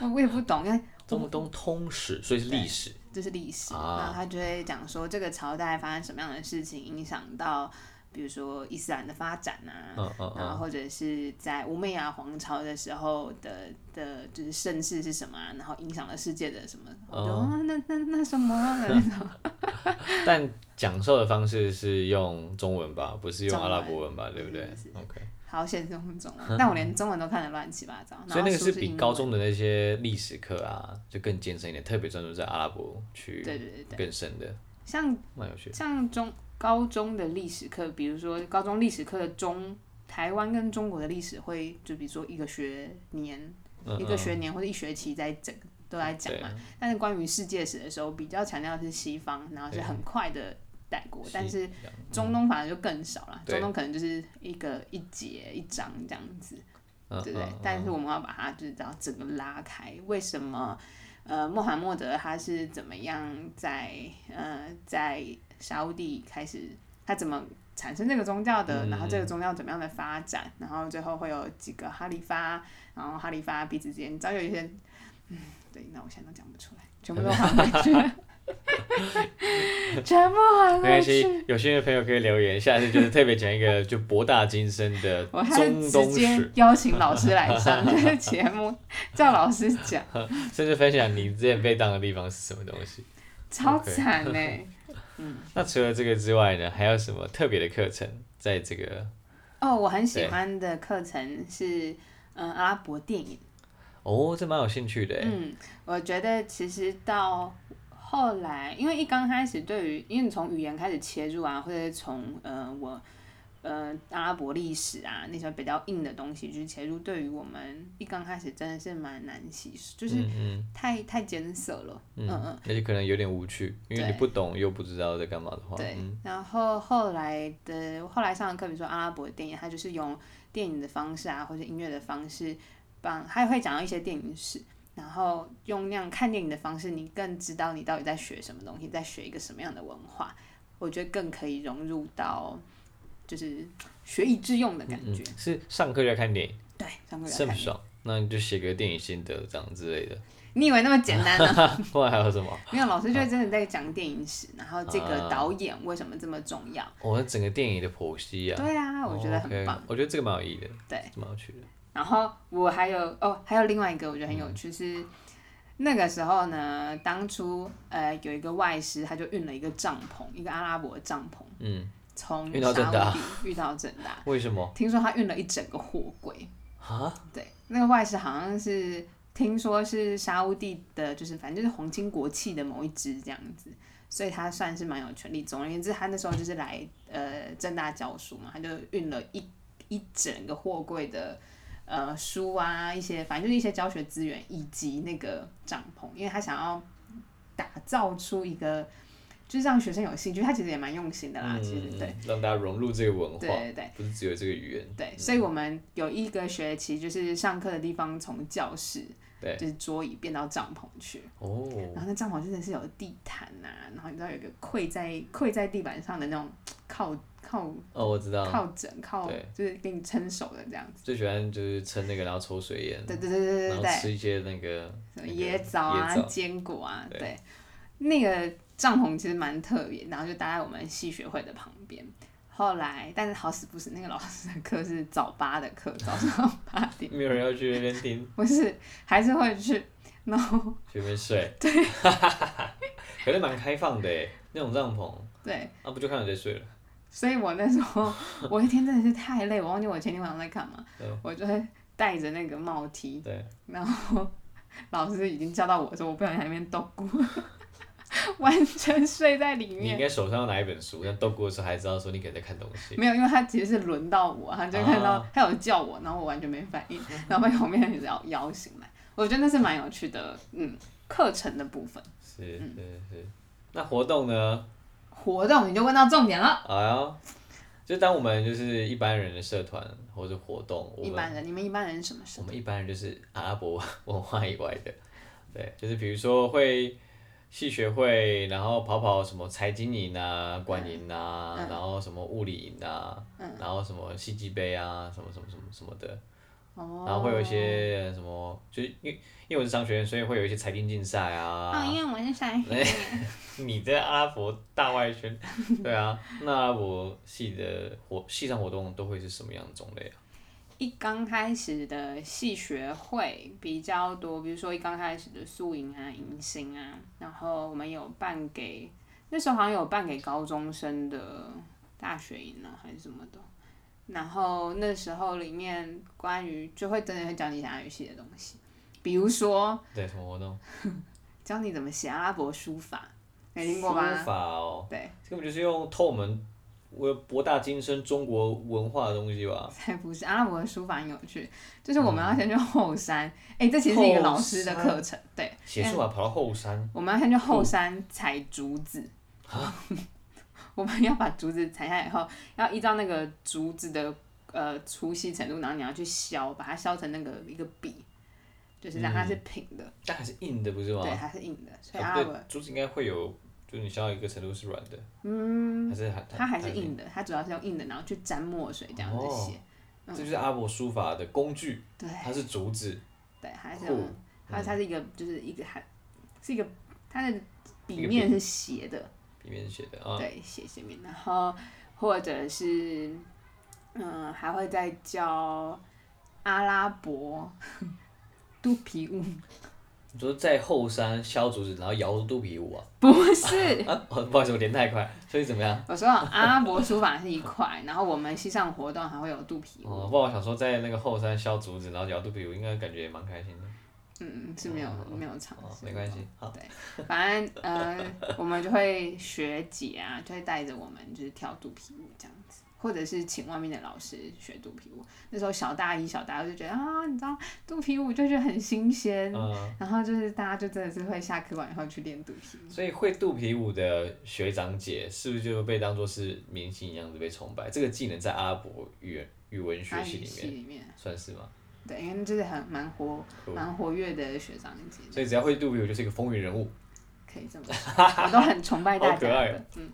[SPEAKER 1] 我我也不懂，因为
[SPEAKER 2] 中东通史，所以是历史，
[SPEAKER 1] 这是历史，
[SPEAKER 2] 啊
[SPEAKER 1] 然后他就会讲说这个朝代发生什么样的事情，影响到比如说伊斯兰的发展啊，
[SPEAKER 2] 嗯嗯
[SPEAKER 1] 然后
[SPEAKER 2] 嗯，
[SPEAKER 1] 或者是在乌梅雅皇朝的时候的的，就是盛世是什么、啊，然后影响了世界的什么，我就、
[SPEAKER 2] 哦
[SPEAKER 1] 啊、那那那什么啊那种，
[SPEAKER 2] 但讲授的方式是用中文吧，不是用
[SPEAKER 1] 中
[SPEAKER 2] 阿
[SPEAKER 1] 文
[SPEAKER 2] 拉伯文吧，对不对
[SPEAKER 1] 嗯是是
[SPEAKER 2] ？OK，
[SPEAKER 1] *laughs* 好险是用中
[SPEAKER 2] *laughs*
[SPEAKER 1] 文，但我连中文都看得乱七八糟。然
[SPEAKER 2] 所以
[SPEAKER 1] 后
[SPEAKER 2] 那个
[SPEAKER 1] 书
[SPEAKER 2] 是
[SPEAKER 1] 英
[SPEAKER 2] 比
[SPEAKER 1] 文
[SPEAKER 2] 高中的那些历史课啊，就更艰深一点，特别专注在阿拉伯
[SPEAKER 1] 对
[SPEAKER 2] 去
[SPEAKER 1] 对对对，
[SPEAKER 2] 更深的，
[SPEAKER 1] 像
[SPEAKER 2] 蛮有趣的。
[SPEAKER 1] 像中高中的历史课，比如说高中历史课中台湾跟中国的历史会，就比如说一个学年、
[SPEAKER 2] 嗯啊
[SPEAKER 1] 一个学年或者一学期在整都在讲嘛。但是关于世界史的时候，比较强调的是西方，然后是
[SPEAKER 2] 对
[SPEAKER 1] 很快的带过，但是
[SPEAKER 2] 西洋嗯
[SPEAKER 1] 中东反而就更少了，
[SPEAKER 2] 对
[SPEAKER 1] 中东可能就是一个一节一章这样子。
[SPEAKER 2] 嗯
[SPEAKER 1] 对不对？
[SPEAKER 2] 嗯
[SPEAKER 1] 但是我们要把它就是要整个拉开，为什么？呃，穆罕默德他是怎么样在呃在沙乌地开始，他怎么产生这个宗教的？
[SPEAKER 2] 嗯
[SPEAKER 1] 然后这个宗教怎么样的发展？然后最后会有几个哈里发，然后哈里发彼此之间，早有一些，嗯，对，那我现在都讲不出来，全部都还回
[SPEAKER 2] *laughs*
[SPEAKER 1] 去，全部还
[SPEAKER 2] 没关
[SPEAKER 1] 回去。
[SPEAKER 2] 系，有兴趣的朋友可以留言，下次就是特别讲
[SPEAKER 1] *laughs*
[SPEAKER 2] 一个就博大精深的
[SPEAKER 1] 我还
[SPEAKER 2] 中
[SPEAKER 1] 是直
[SPEAKER 2] 东
[SPEAKER 1] 接
[SPEAKER 2] 史，
[SPEAKER 1] 邀请老师来上这个节目，叫老师讲。
[SPEAKER 2] 甚至分享你之前被当的地方是什么东西。
[SPEAKER 1] 超
[SPEAKER 2] OK
[SPEAKER 1] 惨呢、
[SPEAKER 2] *laughs* 那除了这个之外呢，还有什么特别的课程在这个？
[SPEAKER 1] 哦，我很喜
[SPEAKER 2] 对
[SPEAKER 1] 欢的课程是，嗯，阿拉伯电影。
[SPEAKER 2] 哦，这蛮有兴趣的耶。
[SPEAKER 1] 嗯，我觉得其实到后来，因为一刚开始对于，因为你从语言开始切入啊，或者是从呃我呃阿拉伯历史啊那些比较硬的东西去切入，对于我们一刚开始真的是蛮难吸收，就是
[SPEAKER 2] 嗯嗯
[SPEAKER 1] 太、太艰涩了。嗯嗯。
[SPEAKER 2] 嗯，而且可能有点无趣，因为
[SPEAKER 1] 对
[SPEAKER 2] 你不懂又不知道在干嘛的话，
[SPEAKER 1] 对
[SPEAKER 2] 嗯，
[SPEAKER 1] 然后后来的后来上的课，比如说阿拉伯的电影，它就是用电影的方式啊，或者音乐的方式，帮还会讲到一些电影史，然后用那样看电影的方式，你更知道你到底在学什么东西，你在学一个什么样的文化，我觉得更可以融入到就是学以致用的感
[SPEAKER 2] 嗯
[SPEAKER 1] 觉。
[SPEAKER 2] 是上课就要看电影，
[SPEAKER 1] 对，上课
[SPEAKER 2] 这
[SPEAKER 1] 有
[SPEAKER 2] 么
[SPEAKER 1] 看。
[SPEAKER 2] 爽，那你就写个电影心得这样之类 *laughs* 的，
[SPEAKER 1] 你以为那么简单
[SPEAKER 2] *laughs*
[SPEAKER 1] 呢、
[SPEAKER 2] 不然还有什么？
[SPEAKER 1] 没有，老师就真的在讲电影史，然后这个
[SPEAKER 2] 啊
[SPEAKER 1] 导演为什么这么重要？
[SPEAKER 2] 我、哦、整个电影的剖析啊，
[SPEAKER 1] 对啊，我觉得
[SPEAKER 2] 哦
[SPEAKER 1] 很
[SPEAKER 2] ，OK，
[SPEAKER 1] 棒。
[SPEAKER 2] 我觉得这个蛮有意义的，
[SPEAKER 1] 对，
[SPEAKER 2] 蛮有趣的，
[SPEAKER 1] 然后我还有哦，还有另外一个我觉得很
[SPEAKER 2] 嗯
[SPEAKER 1] 有趣是，那个时候呢，当初呃有一个外师，他就运了一个帐篷，一个阿拉伯的帐篷，
[SPEAKER 2] 嗯，
[SPEAKER 1] 从
[SPEAKER 2] 运到
[SPEAKER 1] 沙
[SPEAKER 2] 正大
[SPEAKER 1] 乌地运到正大，
[SPEAKER 2] 为什么
[SPEAKER 1] 听说他运了一整个货柜。
[SPEAKER 2] 啊？
[SPEAKER 1] 对，那个外师好像是听说是沙乌地的，就是反正就是皇亲国戚的某一支这样子。所以他算是蛮有权利。总而言之，他那时候就是来呃正大教书嘛，他就运了一一整个货柜的呃书啊，一些反正就是一些教学资源以及那个帐篷，因为他想要打造出一个就是让学生有兴趣。他其实也蛮用心的啦，其实对
[SPEAKER 2] 嗯，让大家融入这个文
[SPEAKER 1] 对
[SPEAKER 2] 化，
[SPEAKER 1] 对对。
[SPEAKER 2] 不是只有这个语言，
[SPEAKER 1] 对，所以我们有一个学期就是上课的地方从教室，
[SPEAKER 2] 对
[SPEAKER 1] 就是桌椅变到帐篷去，
[SPEAKER 2] 哦，
[SPEAKER 1] 然后那帐篷真的是有地毯呐、然后你知道有一个跪在跪在地板上的那种靠靠
[SPEAKER 2] 哦，我知道，
[SPEAKER 1] 靠枕靠
[SPEAKER 2] 对，
[SPEAKER 1] 就是给你撑手的这样子。
[SPEAKER 2] 最喜欢就是撑那个，然后抽水烟，
[SPEAKER 1] 对对对对
[SPEAKER 2] 然
[SPEAKER 1] 对
[SPEAKER 2] 后
[SPEAKER 1] 对，
[SPEAKER 2] 吃一些那个
[SPEAKER 1] 什么
[SPEAKER 2] 嗯那个
[SPEAKER 1] 椰枣啊、
[SPEAKER 2] 椰枣
[SPEAKER 1] 坚果啊，
[SPEAKER 2] 对
[SPEAKER 1] 对，那个帐篷其实蛮特别，然后就搭在我们系学会的旁边。后来，但是好死不死，那个老师的课是早八的课，早上八点。
[SPEAKER 2] 没有人要去那
[SPEAKER 1] *laughs*
[SPEAKER 2] 边听，
[SPEAKER 1] 不是，还是会去。然后
[SPEAKER 2] 去那边睡。对， *laughs* 可是蛮开放的诶，那种帐篷，
[SPEAKER 1] 对，
[SPEAKER 2] 那、不就看到谁睡了？
[SPEAKER 1] 所以我那时候我一天真的是太累，我忘记我前天晚上在干嘛
[SPEAKER 2] 对。
[SPEAKER 1] 我就会戴着那个帽 T，
[SPEAKER 2] 对，
[SPEAKER 1] 然后老师已经叫到我说我不小心在那边抖鼓， *laughs* 完全睡在里
[SPEAKER 2] 你应
[SPEAKER 1] 面。
[SPEAKER 2] 该手上要拿一本书，但斗过的时候还知道说你可能在看东西。
[SPEAKER 1] 没有，因为他其实是轮到我，他就看到、
[SPEAKER 2] 啊
[SPEAKER 1] 他有叫我，然后我完全没反应，然后被旁边人摇摇醒来。我觉得那是蛮有趣的，嗯，课程的部分
[SPEAKER 2] 是
[SPEAKER 1] 嗯
[SPEAKER 2] 是是。那活动呢？
[SPEAKER 1] 活动你就问到重点了。
[SPEAKER 2] 哎呀，就当我们就是一般人的社团或者活动，我
[SPEAKER 1] 一
[SPEAKER 2] 们
[SPEAKER 1] 般人，你们一般人是什么时
[SPEAKER 2] 我
[SPEAKER 1] 候？
[SPEAKER 2] 们一般人就是阿拉伯文化以外的， *laughs* 对，就是比如说会戏学会，然后跑跑什么财经营啊、管营啊，
[SPEAKER 1] 嗯
[SPEAKER 2] 然后什么物理营啊，然后什么戏剧杯啊，什么什么什么什么的，
[SPEAKER 1] 哦，
[SPEAKER 2] 然后会有一些呃什么，就是因为因为我是商学院，所以会有一些财经竞赛
[SPEAKER 1] *laughs* 哦，
[SPEAKER 2] 啊。
[SPEAKER 1] 因为我是
[SPEAKER 2] *laughs*
[SPEAKER 1] 闪黑，
[SPEAKER 2] 你在阿拉伯大外宣，对啊，那阿拉伯系的活系上活动都会是什么样的种类啊？
[SPEAKER 1] 一刚开始的戏学会比较多，比如说一刚开始的宿营啊、迎新啊，然后我们有办给那时候好像有办给高中生的大学营呢，还是什么的。然后那时候里面关于就会真的会教你想语系的东西，比如说
[SPEAKER 2] 对，什么活动？
[SPEAKER 1] 教你怎么写阿拉伯书法，没听
[SPEAKER 2] 书
[SPEAKER 1] 过吧？
[SPEAKER 2] 法哦，
[SPEAKER 1] 对，
[SPEAKER 2] 根本就是用透我们我博大精深中国文化的东西吧。
[SPEAKER 1] 才不是阿拉伯的书法很有趣，就是我们
[SPEAKER 2] 哦
[SPEAKER 1] 要先去后山，哎、这其实是一个老师的课程，对，
[SPEAKER 2] 写书法跑到后山，
[SPEAKER 1] 我们要先去后山采竹子， *laughs* 我们要把竹子采下来以后，要依照那个竹子的呃粗细程度，然后你要去削，把它削成那个一个笔，就是让它是平的，
[SPEAKER 2] 但还是硬的，不是吗？
[SPEAKER 1] 对，它是哦硬的，哎所以
[SPEAKER 2] 啊
[SPEAKER 1] 阿
[SPEAKER 2] 不
[SPEAKER 1] 拉
[SPEAKER 2] 对
[SPEAKER 1] 伯，
[SPEAKER 2] 竹子应该会有，就是你削到一个程度是软的，嗯，还是还
[SPEAKER 1] 它还是，硬哦的，它主要是用硬的，然后去沾墨水这样子写，
[SPEAKER 2] 这就是阿伯书法的工具，
[SPEAKER 1] 嗯对
[SPEAKER 2] 它是竹子，
[SPEAKER 1] 对，它是
[SPEAKER 2] 酷
[SPEAKER 1] 用，它它是一个就是一个还是一个它的
[SPEAKER 2] 一
[SPEAKER 1] 笔
[SPEAKER 2] 个
[SPEAKER 1] 面是斜的，
[SPEAKER 2] 里面写的啊，
[SPEAKER 1] 对，写写面，然后或者是嗯，还会再教阿拉伯肚皮舞， *laughs*
[SPEAKER 2] 你说在后山削竹子，然后摇肚皮舞啊，
[SPEAKER 1] 不
[SPEAKER 2] *laughs*
[SPEAKER 1] 是。
[SPEAKER 2] 啊，哦不好意思，我连太快，所以怎么样？
[SPEAKER 1] 我说阿拉伯书法是一块，然后我们西藏活动还会有肚皮舞，
[SPEAKER 2] 哦，不过我想说，在那个后山削竹子，然后摇肚皮舞，应该感觉也蛮开心的。
[SPEAKER 1] 嗯，是没有没有尝
[SPEAKER 2] 哦，
[SPEAKER 1] 试，
[SPEAKER 2] 没关系，好，
[SPEAKER 1] 对，反正呃，我们就会学姐啊，就会带着我们就是跳肚皮舞这样子，或者是请外面的老师学肚皮舞。那时候小大一、小大二就觉得啊，你知道肚皮舞就觉得很新鲜，
[SPEAKER 2] 嗯，
[SPEAKER 1] 然后就是大家就真的是会下课完以后去练肚皮舞。
[SPEAKER 2] 所以会肚皮舞的学长姐，是不是就被当做是明星一样子被崇拜？这个技能在阿拉伯语语文学
[SPEAKER 1] 阿
[SPEAKER 2] 习
[SPEAKER 1] 语
[SPEAKER 2] 里
[SPEAKER 1] 系
[SPEAKER 2] 面
[SPEAKER 1] 里面，
[SPEAKER 2] 算是吗？
[SPEAKER 1] 对，因为就是很蛮活
[SPEAKER 2] 哦
[SPEAKER 1] 蛮活跃的学长姐，
[SPEAKER 2] 所以只要会肚皮舞，就是一个风云人物。
[SPEAKER 1] 可以这么说， *laughs* 我都很崇拜大
[SPEAKER 2] 好可
[SPEAKER 1] 家
[SPEAKER 2] 爱啊
[SPEAKER 1] 的。嗯，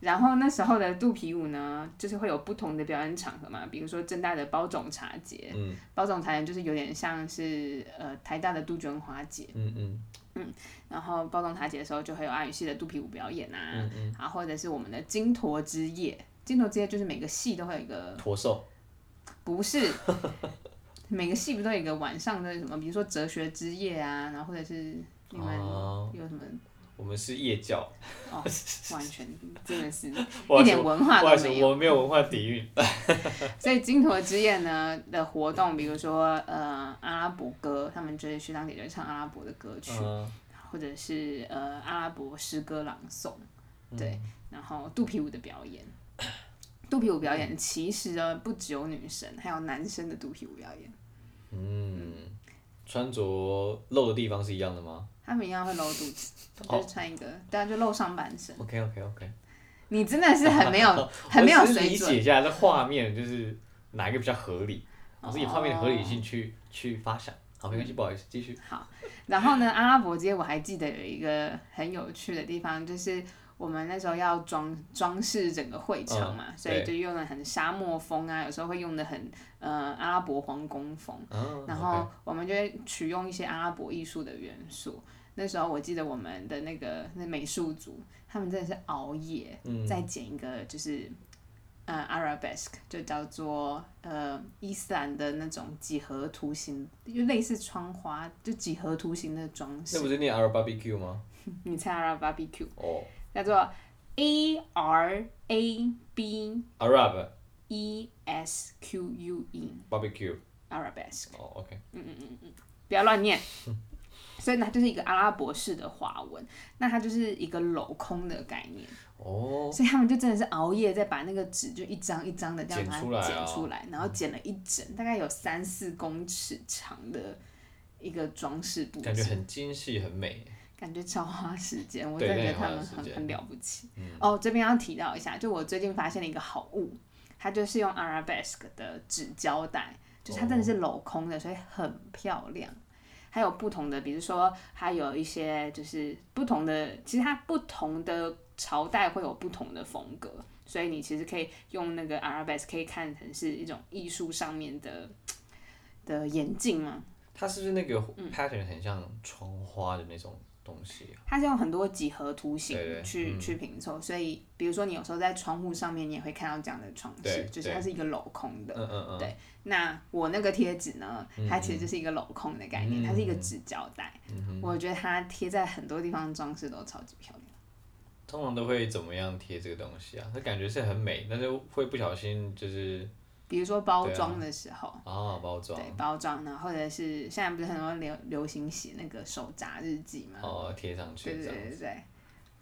[SPEAKER 1] 然后那时候的肚皮舞呢，就是会有不同的表演场合嘛，比如说正大的包种茶节，
[SPEAKER 2] 嗯
[SPEAKER 1] 包种茶节就是有点像是呃台大的杜鹃花节，
[SPEAKER 2] 嗯嗯
[SPEAKER 1] 然后包种茶节的时候就会有阿语系的肚皮舞表演啊，
[SPEAKER 2] 嗯嗯，
[SPEAKER 1] 啊或者是我们的金驼之夜，金驼之夜就是每个系都会有一个
[SPEAKER 2] 驼兽
[SPEAKER 1] 不是， *laughs* 每个系不都有一个晚上的什么，比如说哲学之夜啊，然后或者是你们
[SPEAKER 2] 哦
[SPEAKER 1] 有什么
[SPEAKER 2] 我们是夜
[SPEAKER 1] *laughs*
[SPEAKER 2] 教，
[SPEAKER 1] 哦，完全真的是
[SPEAKER 2] 不好
[SPEAKER 1] 一
[SPEAKER 2] 意思
[SPEAKER 1] 点文
[SPEAKER 2] 不
[SPEAKER 1] 化
[SPEAKER 2] 好
[SPEAKER 1] 都
[SPEAKER 2] 意思，
[SPEAKER 1] 没
[SPEAKER 2] 我
[SPEAKER 1] 有。
[SPEAKER 2] 们没有文化
[SPEAKER 1] *laughs*
[SPEAKER 2] 底蕴。
[SPEAKER 1] 所以金驼之夜呢的活动，比如说呃阿拉伯歌，他们就是学长姐就会唱阿拉伯的歌曲，
[SPEAKER 2] 嗯，
[SPEAKER 1] 或者是呃阿拉伯诗歌朗诵，对，
[SPEAKER 2] 嗯
[SPEAKER 1] 然后肚皮舞的表
[SPEAKER 2] *laughs*
[SPEAKER 1] 演。肚皮舞表
[SPEAKER 2] 嗯
[SPEAKER 1] 演其实呢不只有女生，还有男生的肚皮舞表演，
[SPEAKER 2] 嗯，穿着露的地方是一样的吗
[SPEAKER 1] 他们一样会露肚
[SPEAKER 2] *laughs*
[SPEAKER 1] 子，
[SPEAKER 2] 哦
[SPEAKER 1] 就是穿一个，对啊，就露上半身。
[SPEAKER 2] ？OK OK OK，
[SPEAKER 1] 你真的是很
[SPEAKER 2] *laughs*
[SPEAKER 1] 没有很没有水
[SPEAKER 2] 理解
[SPEAKER 1] 准，
[SPEAKER 2] 一下这画面就是哪一个比较合理，
[SPEAKER 1] 哦
[SPEAKER 2] 我是以画面的合理性去去发想。好，没关系，不好意思，继续。
[SPEAKER 1] 然后呢，阿拉伯街我还记得有一个很有趣的地方，就是我们那时候要装装饰整个会场嘛，
[SPEAKER 2] 嗯
[SPEAKER 1] 所以就用的很沙漠风啊，有时候会用的很呃阿拉伯皇宫风，
[SPEAKER 2] 嗯，
[SPEAKER 1] 然后我们就会取用一些阿拉伯艺术的元素。那时候我记得我们的那个那美术组，他们真的是熬夜
[SPEAKER 2] 嗯
[SPEAKER 1] 在剪一个就是。呃，Arabesque 就叫做呃伊斯兰的那种几何图形，就类似窗花，就几何图形的装饰
[SPEAKER 2] 那。不是念 R barbecue 吗？
[SPEAKER 1] 你猜 Arab barbecue
[SPEAKER 2] 哦
[SPEAKER 1] 叫做 A R A B
[SPEAKER 2] ，Arab
[SPEAKER 1] E S Q U E
[SPEAKER 2] barbecue。
[SPEAKER 1] Arabesque，
[SPEAKER 2] 哦，OK，
[SPEAKER 1] 不要乱念。所以呢，它就是一个阿拉伯式的华文，那它就是一个镂空的概念，
[SPEAKER 2] 哦，
[SPEAKER 1] 所以他们就真的是熬夜在把那个纸就一张一张的这样
[SPEAKER 2] 剪
[SPEAKER 1] 把它
[SPEAKER 2] 出来啊
[SPEAKER 1] 剪出来，然哦后剪了一整大概有三四公尺长的一个装饰布
[SPEAKER 2] 感觉
[SPEAKER 1] 景
[SPEAKER 2] 很精细，很美。
[SPEAKER 1] 感觉超花时间，我
[SPEAKER 2] 对
[SPEAKER 1] 真的觉得
[SPEAKER 2] 那
[SPEAKER 1] 他
[SPEAKER 2] 也花
[SPEAKER 1] 们
[SPEAKER 2] 时
[SPEAKER 1] 很
[SPEAKER 2] 间嗯
[SPEAKER 1] 很了不起。哦，这边要提到一下，就我最近发现了一个好物，它就是用 Arabesque 的纸胶带，就是它真的
[SPEAKER 2] 哦
[SPEAKER 1] 是镂空的，所以很漂亮。还有不同的，比如说它有一些就是不同的，其实它不同的朝代会有不同的风格，所以你其实可以用那个 Arabesque 可以看成是一种艺术上面的的眼镜嘛，
[SPEAKER 2] 它是不是那个
[SPEAKER 1] 嗯
[SPEAKER 2] pattern 很像窗花的那种东西？
[SPEAKER 1] 它是用很多几何图形
[SPEAKER 2] 对对嗯
[SPEAKER 1] 去去拼凑，所以比如说你有时候在窗户上面，你也会看到这样的装饰
[SPEAKER 2] 对，
[SPEAKER 1] 就是它
[SPEAKER 2] 对
[SPEAKER 1] 是一个镂空
[SPEAKER 2] 嗯
[SPEAKER 1] 的。
[SPEAKER 2] 嗯嗯，
[SPEAKER 1] 对，那我那个贴纸呢，它其实就是一个镂空的概念，
[SPEAKER 2] 嗯
[SPEAKER 1] 它是一个纸胶带。我觉得它贴在很多地方装饰都超级漂亮，
[SPEAKER 2] 通常都会怎么样贴这个东西啊？那感觉是很美，但是会不小心就是
[SPEAKER 1] 比如说包装的时候，
[SPEAKER 2] 啊包装
[SPEAKER 1] 对包装呢，或者是现在不是很多流流行写那个手札日记嘛，
[SPEAKER 2] 哦贴上去
[SPEAKER 1] 对对
[SPEAKER 2] 这样哦
[SPEAKER 1] 对对对，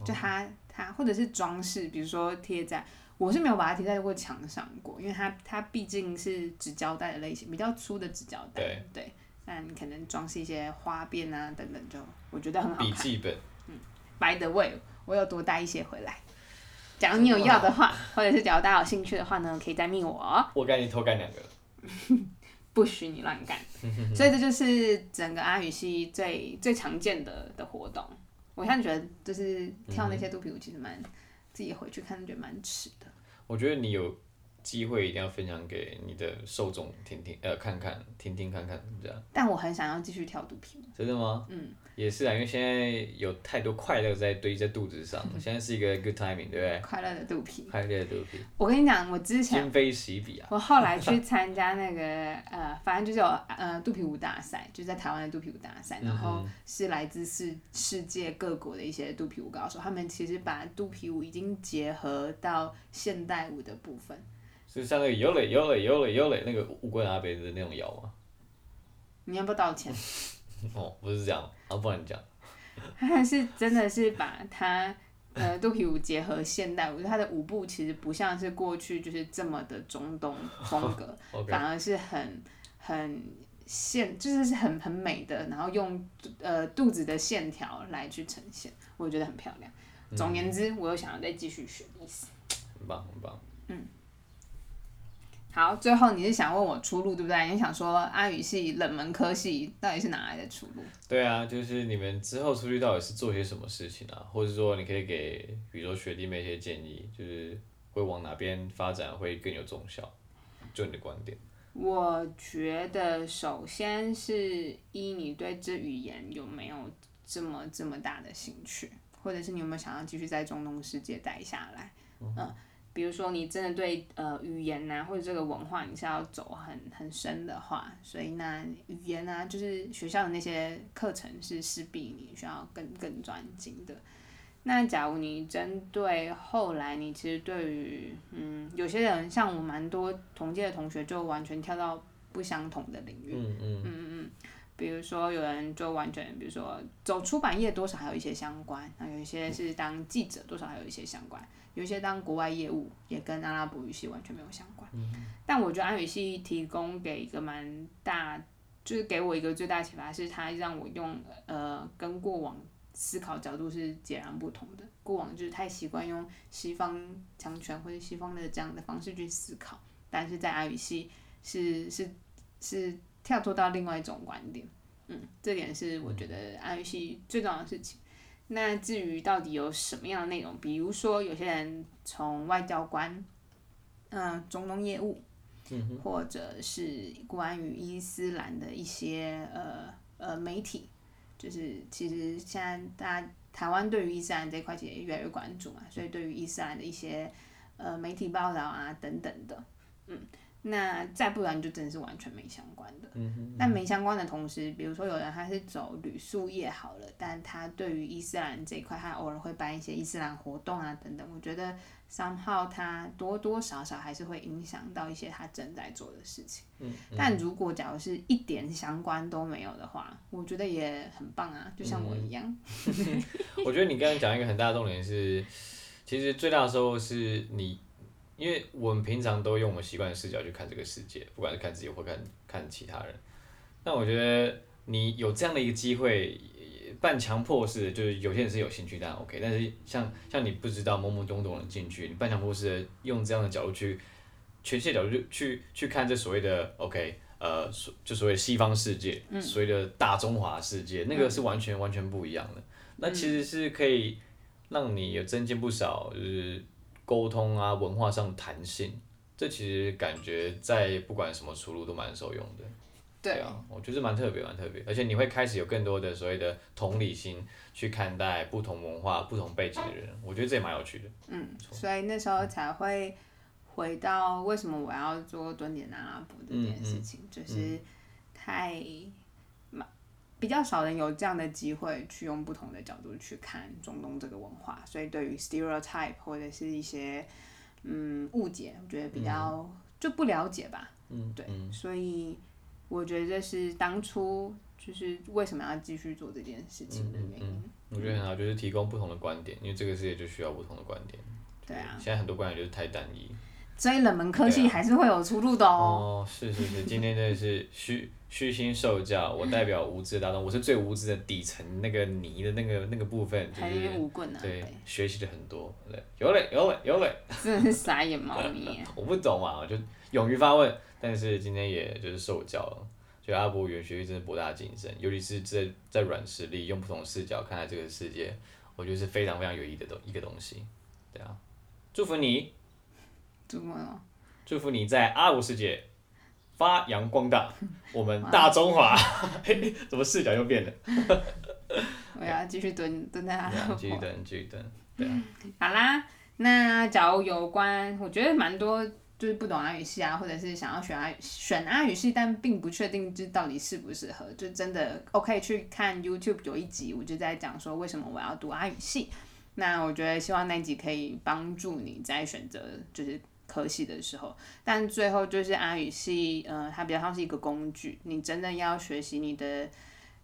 [SPEAKER 1] 就它它或者是装饰，比如说贴在，我是没有把它贴在过墙上过，因为它它毕竟是纸胶带的类型，比较粗的纸胶带，
[SPEAKER 2] 对
[SPEAKER 1] 对，但可能装饰一些花边啊等等就，我觉得很好
[SPEAKER 2] 笔
[SPEAKER 1] 看。
[SPEAKER 2] 记本
[SPEAKER 1] By the way，我有多带一些回来。假如你有要
[SPEAKER 2] 啊
[SPEAKER 1] 的话，或者是假如大家有兴趣的话呢，可以再密我哦，
[SPEAKER 2] 我赶紧偷干两个，
[SPEAKER 1] 不许你乱
[SPEAKER 2] *laughs*
[SPEAKER 1] 干。所以这就是整个阿语系最最常见的的活动。我现在觉得就是
[SPEAKER 2] 嗯
[SPEAKER 1] 跳那些肚皮舞，其实蛮、自己回去看觉得蛮耻的。
[SPEAKER 2] 我觉得你有机会一定要分享给你的受众听听，呃，看看听听看看，这样
[SPEAKER 1] 但我很想要继续跳肚皮舞，
[SPEAKER 2] 真的吗？嗯，也是啊，因为现在有太多快乐在堆在肚子 *laughs* 上，现在是一个 good timing，对不对？
[SPEAKER 1] 快乐的肚皮。
[SPEAKER 2] 快乐的肚皮，
[SPEAKER 1] 我跟你讲，我之前
[SPEAKER 2] 今非昔比啊，
[SPEAKER 1] 我后来去
[SPEAKER 2] *laughs*
[SPEAKER 1] 参加那个呃，反正就是有呃肚皮舞大赛，就是在台湾的肚皮舞大赛，
[SPEAKER 2] 嗯
[SPEAKER 1] 然后是来自世世界各国的一些肚皮舞高手，他们其实把肚皮舞已经结合到现代舞的部分。
[SPEAKER 2] 就像那个有嘞有嘞有嘞有嘞那个乌龟阿北的那种摇嘛。 *laughs*
[SPEAKER 1] 你要不要道歉？
[SPEAKER 2] 哦，不是这样，啊，不然你讲，
[SPEAKER 1] *laughs* 他是真的是把他呃肚皮舞结合现代舞，他的舞步其实不像是过去就是这么的中东风格
[SPEAKER 2] *laughs* OK
[SPEAKER 1] 反而是很很现，就是是很很美的，然后用呃肚子的线条来去呈现，我觉得很漂亮。总言之，我又想要再继续学的意思。
[SPEAKER 2] 很棒很棒。
[SPEAKER 1] 好，最后你是想问我出路对不对？你想说阿语系冷门科系到底是哪来的出路？
[SPEAKER 2] 对啊，就是你们之后出去到底是做些什么事情啊？或者说你可以给，比如说学弟妹一些建议，就是会往哪边发展会更有重效？就你的观点，
[SPEAKER 1] 我觉得首先是一，你对这语言有没有这么这么大的兴趣，或者是你有没有想要继续在中东世界待下来？嗯、比如说你真的对呃语言呐、或者这个文化你是要走很很深的话，所以那语言啊，就是学校的那些课程是势必你需要更更专精的。那假如你针对后来，你其实对于嗯，有些人像我蛮多同届的同学就完全跳到不相同的领域，
[SPEAKER 2] 嗯嗯，
[SPEAKER 1] 比如说有人就完全，比如说走出版业多少还有一些相关，那有一些是当记者多少还有一些相关，有一些当国外业务也跟阿拉伯语系完全没有相关。但我觉得阿语系提供给一个蛮大，就是给我一个最大启发是它让我用呃跟过往思考角度是截然不同的。过往就是太习惯用西方强权或者西方的这样的方式去思考，但是在阿语系是是是跳脱到另外一种观点。嗯，这点是我觉得阿语系最重要的事情。那至于到底有什么样的内容，比如说有些人从外交官，嗯、中东业务，或者是关于伊斯兰的一些呃呃媒体，就是其实现在大家台湾对于伊斯兰这一块其实也越来越关注嘛，所以对于伊斯兰的一些呃媒体报道啊等等的，嗯，那再不然就真的是完全没相关的。
[SPEAKER 2] 嗯
[SPEAKER 1] 但没相关的同时，比如说有人他是走旅宿业好了，但他对于伊斯兰这一块，他偶尔会办一些伊斯兰活动啊等等，我觉得 somehow 他多多少少还是会影响到一些他正在做的事情。
[SPEAKER 2] 嗯，
[SPEAKER 1] 但如果假如是一点相关都没有的话，我觉得也很棒啊，就像
[SPEAKER 2] 嗯
[SPEAKER 1] 我一样。
[SPEAKER 2] *laughs* 我觉得你刚才讲一个很大的重点是，其实最大的收获是你，因为我们平常都用我们习惯的视角去看这个世界，不管是看自己或看看其他人。那我觉得你有这样的一个机会，呃半强迫式的，就是有些人是有兴趣，当然 OK。但是像像你不知道懵懵懂懂的进去，你半强迫式的用这样的角度去，全切角度去去去看这所谓的 OK。呃，所就所谓西方世界，所谓的大中华世界，那个是完全完全不一样的。那
[SPEAKER 1] 嗯
[SPEAKER 2] 其实是可以让你有增进不少，就是沟通啊、文化上的弹性。这其实感觉在不管什么出路都蛮受用的。
[SPEAKER 1] 对
[SPEAKER 2] 啊，我觉得蛮特别，蛮特别，而且你会开始有更多的所谓的同理心去看待不同文化、不同背景的人，我觉得这也蛮有趣的。
[SPEAKER 1] 嗯，所以那时候才会回到为什么我要啊做蹲点阿拉伯这件事情，就是太蛮嗯比较少人有这样的机会去用不同的角度去看中东这个文化，所以对于 stereotype 或者是一些嗯误解，我觉得比较、就不了解吧。
[SPEAKER 2] 嗯，
[SPEAKER 1] 对，所以我觉得这是当初就是为什么要继续做这件事情的原因。
[SPEAKER 2] 嗯我觉得很好，就是提供不同的观点，因为这个世界就需要不同的观点。
[SPEAKER 1] 对啊，
[SPEAKER 2] 现在很多观点就是太单一。
[SPEAKER 1] 所以冷门科系还是会有出路的哦。
[SPEAKER 2] 哦，是是是，今天真的是虚虚心受教，我代表无知的大众，我是最无知的底层那个泥的那个那个部分，就
[SPEAKER 1] 还有一
[SPEAKER 2] 是
[SPEAKER 1] 些舞棍呢、啊，
[SPEAKER 2] 对学习了很多，对，有嘞有嘞有嘞，
[SPEAKER 1] 真的是傻眼猫咪 *laughs* 耶。
[SPEAKER 2] 我不懂啊嘛，我就勇于发问，但是今天也就是受教了。就阿伯语言学习真的博大精深，尤其是在在软实力用不同视角看待这个世界，我觉得是非常非常有益的东一个东西，对啊，祝福你，
[SPEAKER 1] 怎么了？
[SPEAKER 2] 祝福你在阿五世界发扬光 *laughs* 大，我们大中华， *laughs* 嘿，怎么视角又变了？
[SPEAKER 1] 我要继续蹲蹲在他
[SPEAKER 2] 对
[SPEAKER 1] 的
[SPEAKER 2] 啊继续等，继续等，对啊，
[SPEAKER 1] 好啦，那假如有关，我觉得蛮多就是不懂阿语系啊，或者是想要选阿语选阿语系，但并不确定这到底适不适合，就真的 OK 去看 YouTube 有一集，我就在讲说为什么我要读阿语系。那我觉得希望那一集可以帮助你在选择就是科系的时候，但最后就是阿语系，呃，它比较像是一个工具，你真的要学习你的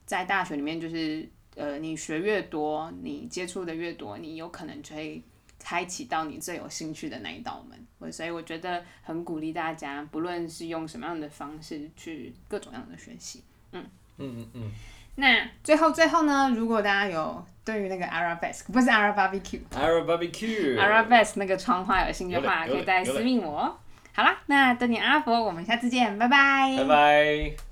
[SPEAKER 1] 在大学里面就是。呃，你学越多，你接触的越多，你有可能就会开启到你最有兴趣的那一道门。我所以我觉得很鼓励大家，不论是用什么样的方式去各种样的学习。
[SPEAKER 2] 嗯嗯嗯，
[SPEAKER 1] 那最后最后呢，如果大家有对于那个 Arabesque 不是 Arab Barbecue
[SPEAKER 2] Arab barbecue，
[SPEAKER 1] Arabesque 那个窗花有兴趣的话，
[SPEAKER 2] 有
[SPEAKER 1] 可以
[SPEAKER 2] 嘞有嘞
[SPEAKER 1] 再
[SPEAKER 2] 有嘞
[SPEAKER 1] 私密我哦。好啦，那等你阿佛，我们下次见，拜拜
[SPEAKER 2] 拜拜。